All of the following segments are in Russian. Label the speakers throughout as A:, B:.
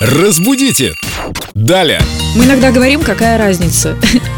A: Разбудите! Далее!
B: Мы иногда говорим, какая разница,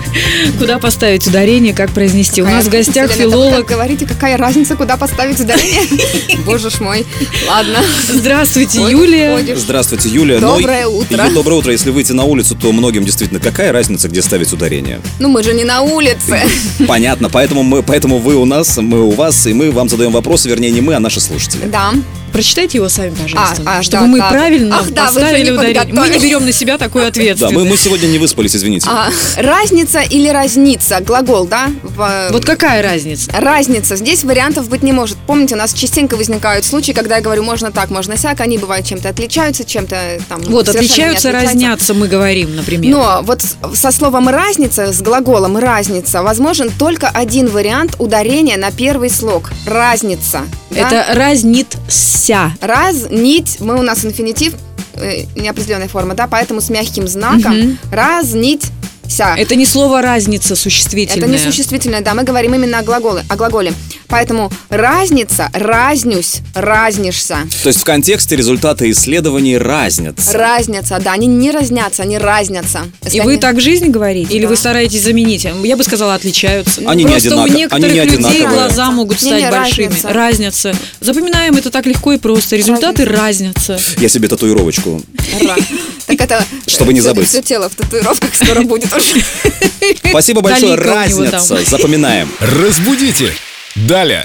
B: куда поставить ударение, как произнести. У нас в гостях филолог.
C: Говорите, какая разница, куда поставить ударение? Боже ж мой. Ладно.
B: Здравствуйте,
C: Ходишь,
B: Юлия.
C: ходишь.
D: Здравствуйте, Юлия.
C: Доброе утро.
D: И Доброе утро. Если выйти на улицу, то многим действительно какая разница, где ставить ударение?
C: Ну мы же не на улице.
D: Понятно. Поэтому, мы, поэтому вы у нас, мы у вас, и мы вам задаем вопросы, вернее, не мы, а наши слушатели.
C: Да.
B: Прочитайте его сами, пожалуйста,
C: А, а,
B: чтобы
C: да,
B: мы
C: да.
B: правильно
C: Ах, да, вы же
B: поставили
C: не
B: ударение. Мы не
C: подготовились.
B: берем на себя такую
D: Да, мы,
B: ответственность.
D: мы сегодня не выспались, извините.
C: А, разница или разница? Глагол, да? В- э,
B: Вот какая разница?
C: Разница. Здесь вариантов быть не может. Помните, у нас частенько возникают случаи, когда я говорю можно так, можно сяк. Они бывают чем-то отличаются, чем-то там.
B: Вот,
C: совершенно не Ну,
B: отличаются, разнятся, мы говорим, например.
C: Но вот с- со словом «разница», с глаголом «разница» возможен только один вариант ударения на первый слог. Разница. да?
B: Это разнится.
C: раз, нить, мы у нас инфинитив, э, неопределенная форма, да, поэтому с мягким
B: Мгм.
C: знаком раз, нить, ся.
B: Это не слово разница существительное.
C: Это не существительное, да, мы говорим именно о, глаголы, о глаголе. Поэтому разница, разнюсь, разнишься.
D: То есть в контексте результаты исследований разнятся.
C: Разница, да, они не разнятся, они разнятся. Если
B: И вы
C: они-
B: так жизнь говорите? Или
C: Да.
B: вы стараетесь заменить? Я бы сказала, отличаются.
D: Они не
B: Просто у
D: одинако- они
B: некоторых
D: не
B: людей
D: одинаковые.
B: глаза могут
C: Не,
B: стать
C: не,
B: большими.
C: разница.
B: Разнятся. Запоминаем это так легко и просто. Результаты разнятся.
D: Я себе татуировочку.
C: Ра. Так это...
D: Чтобы не
C: всё-
D: забыть.
C: Все тело в татуировках скоро будет уже.
D: Спасибо большое.
B: Талика у него там.
D: Разница. Запоминаем.
A: Разбудите! Далее!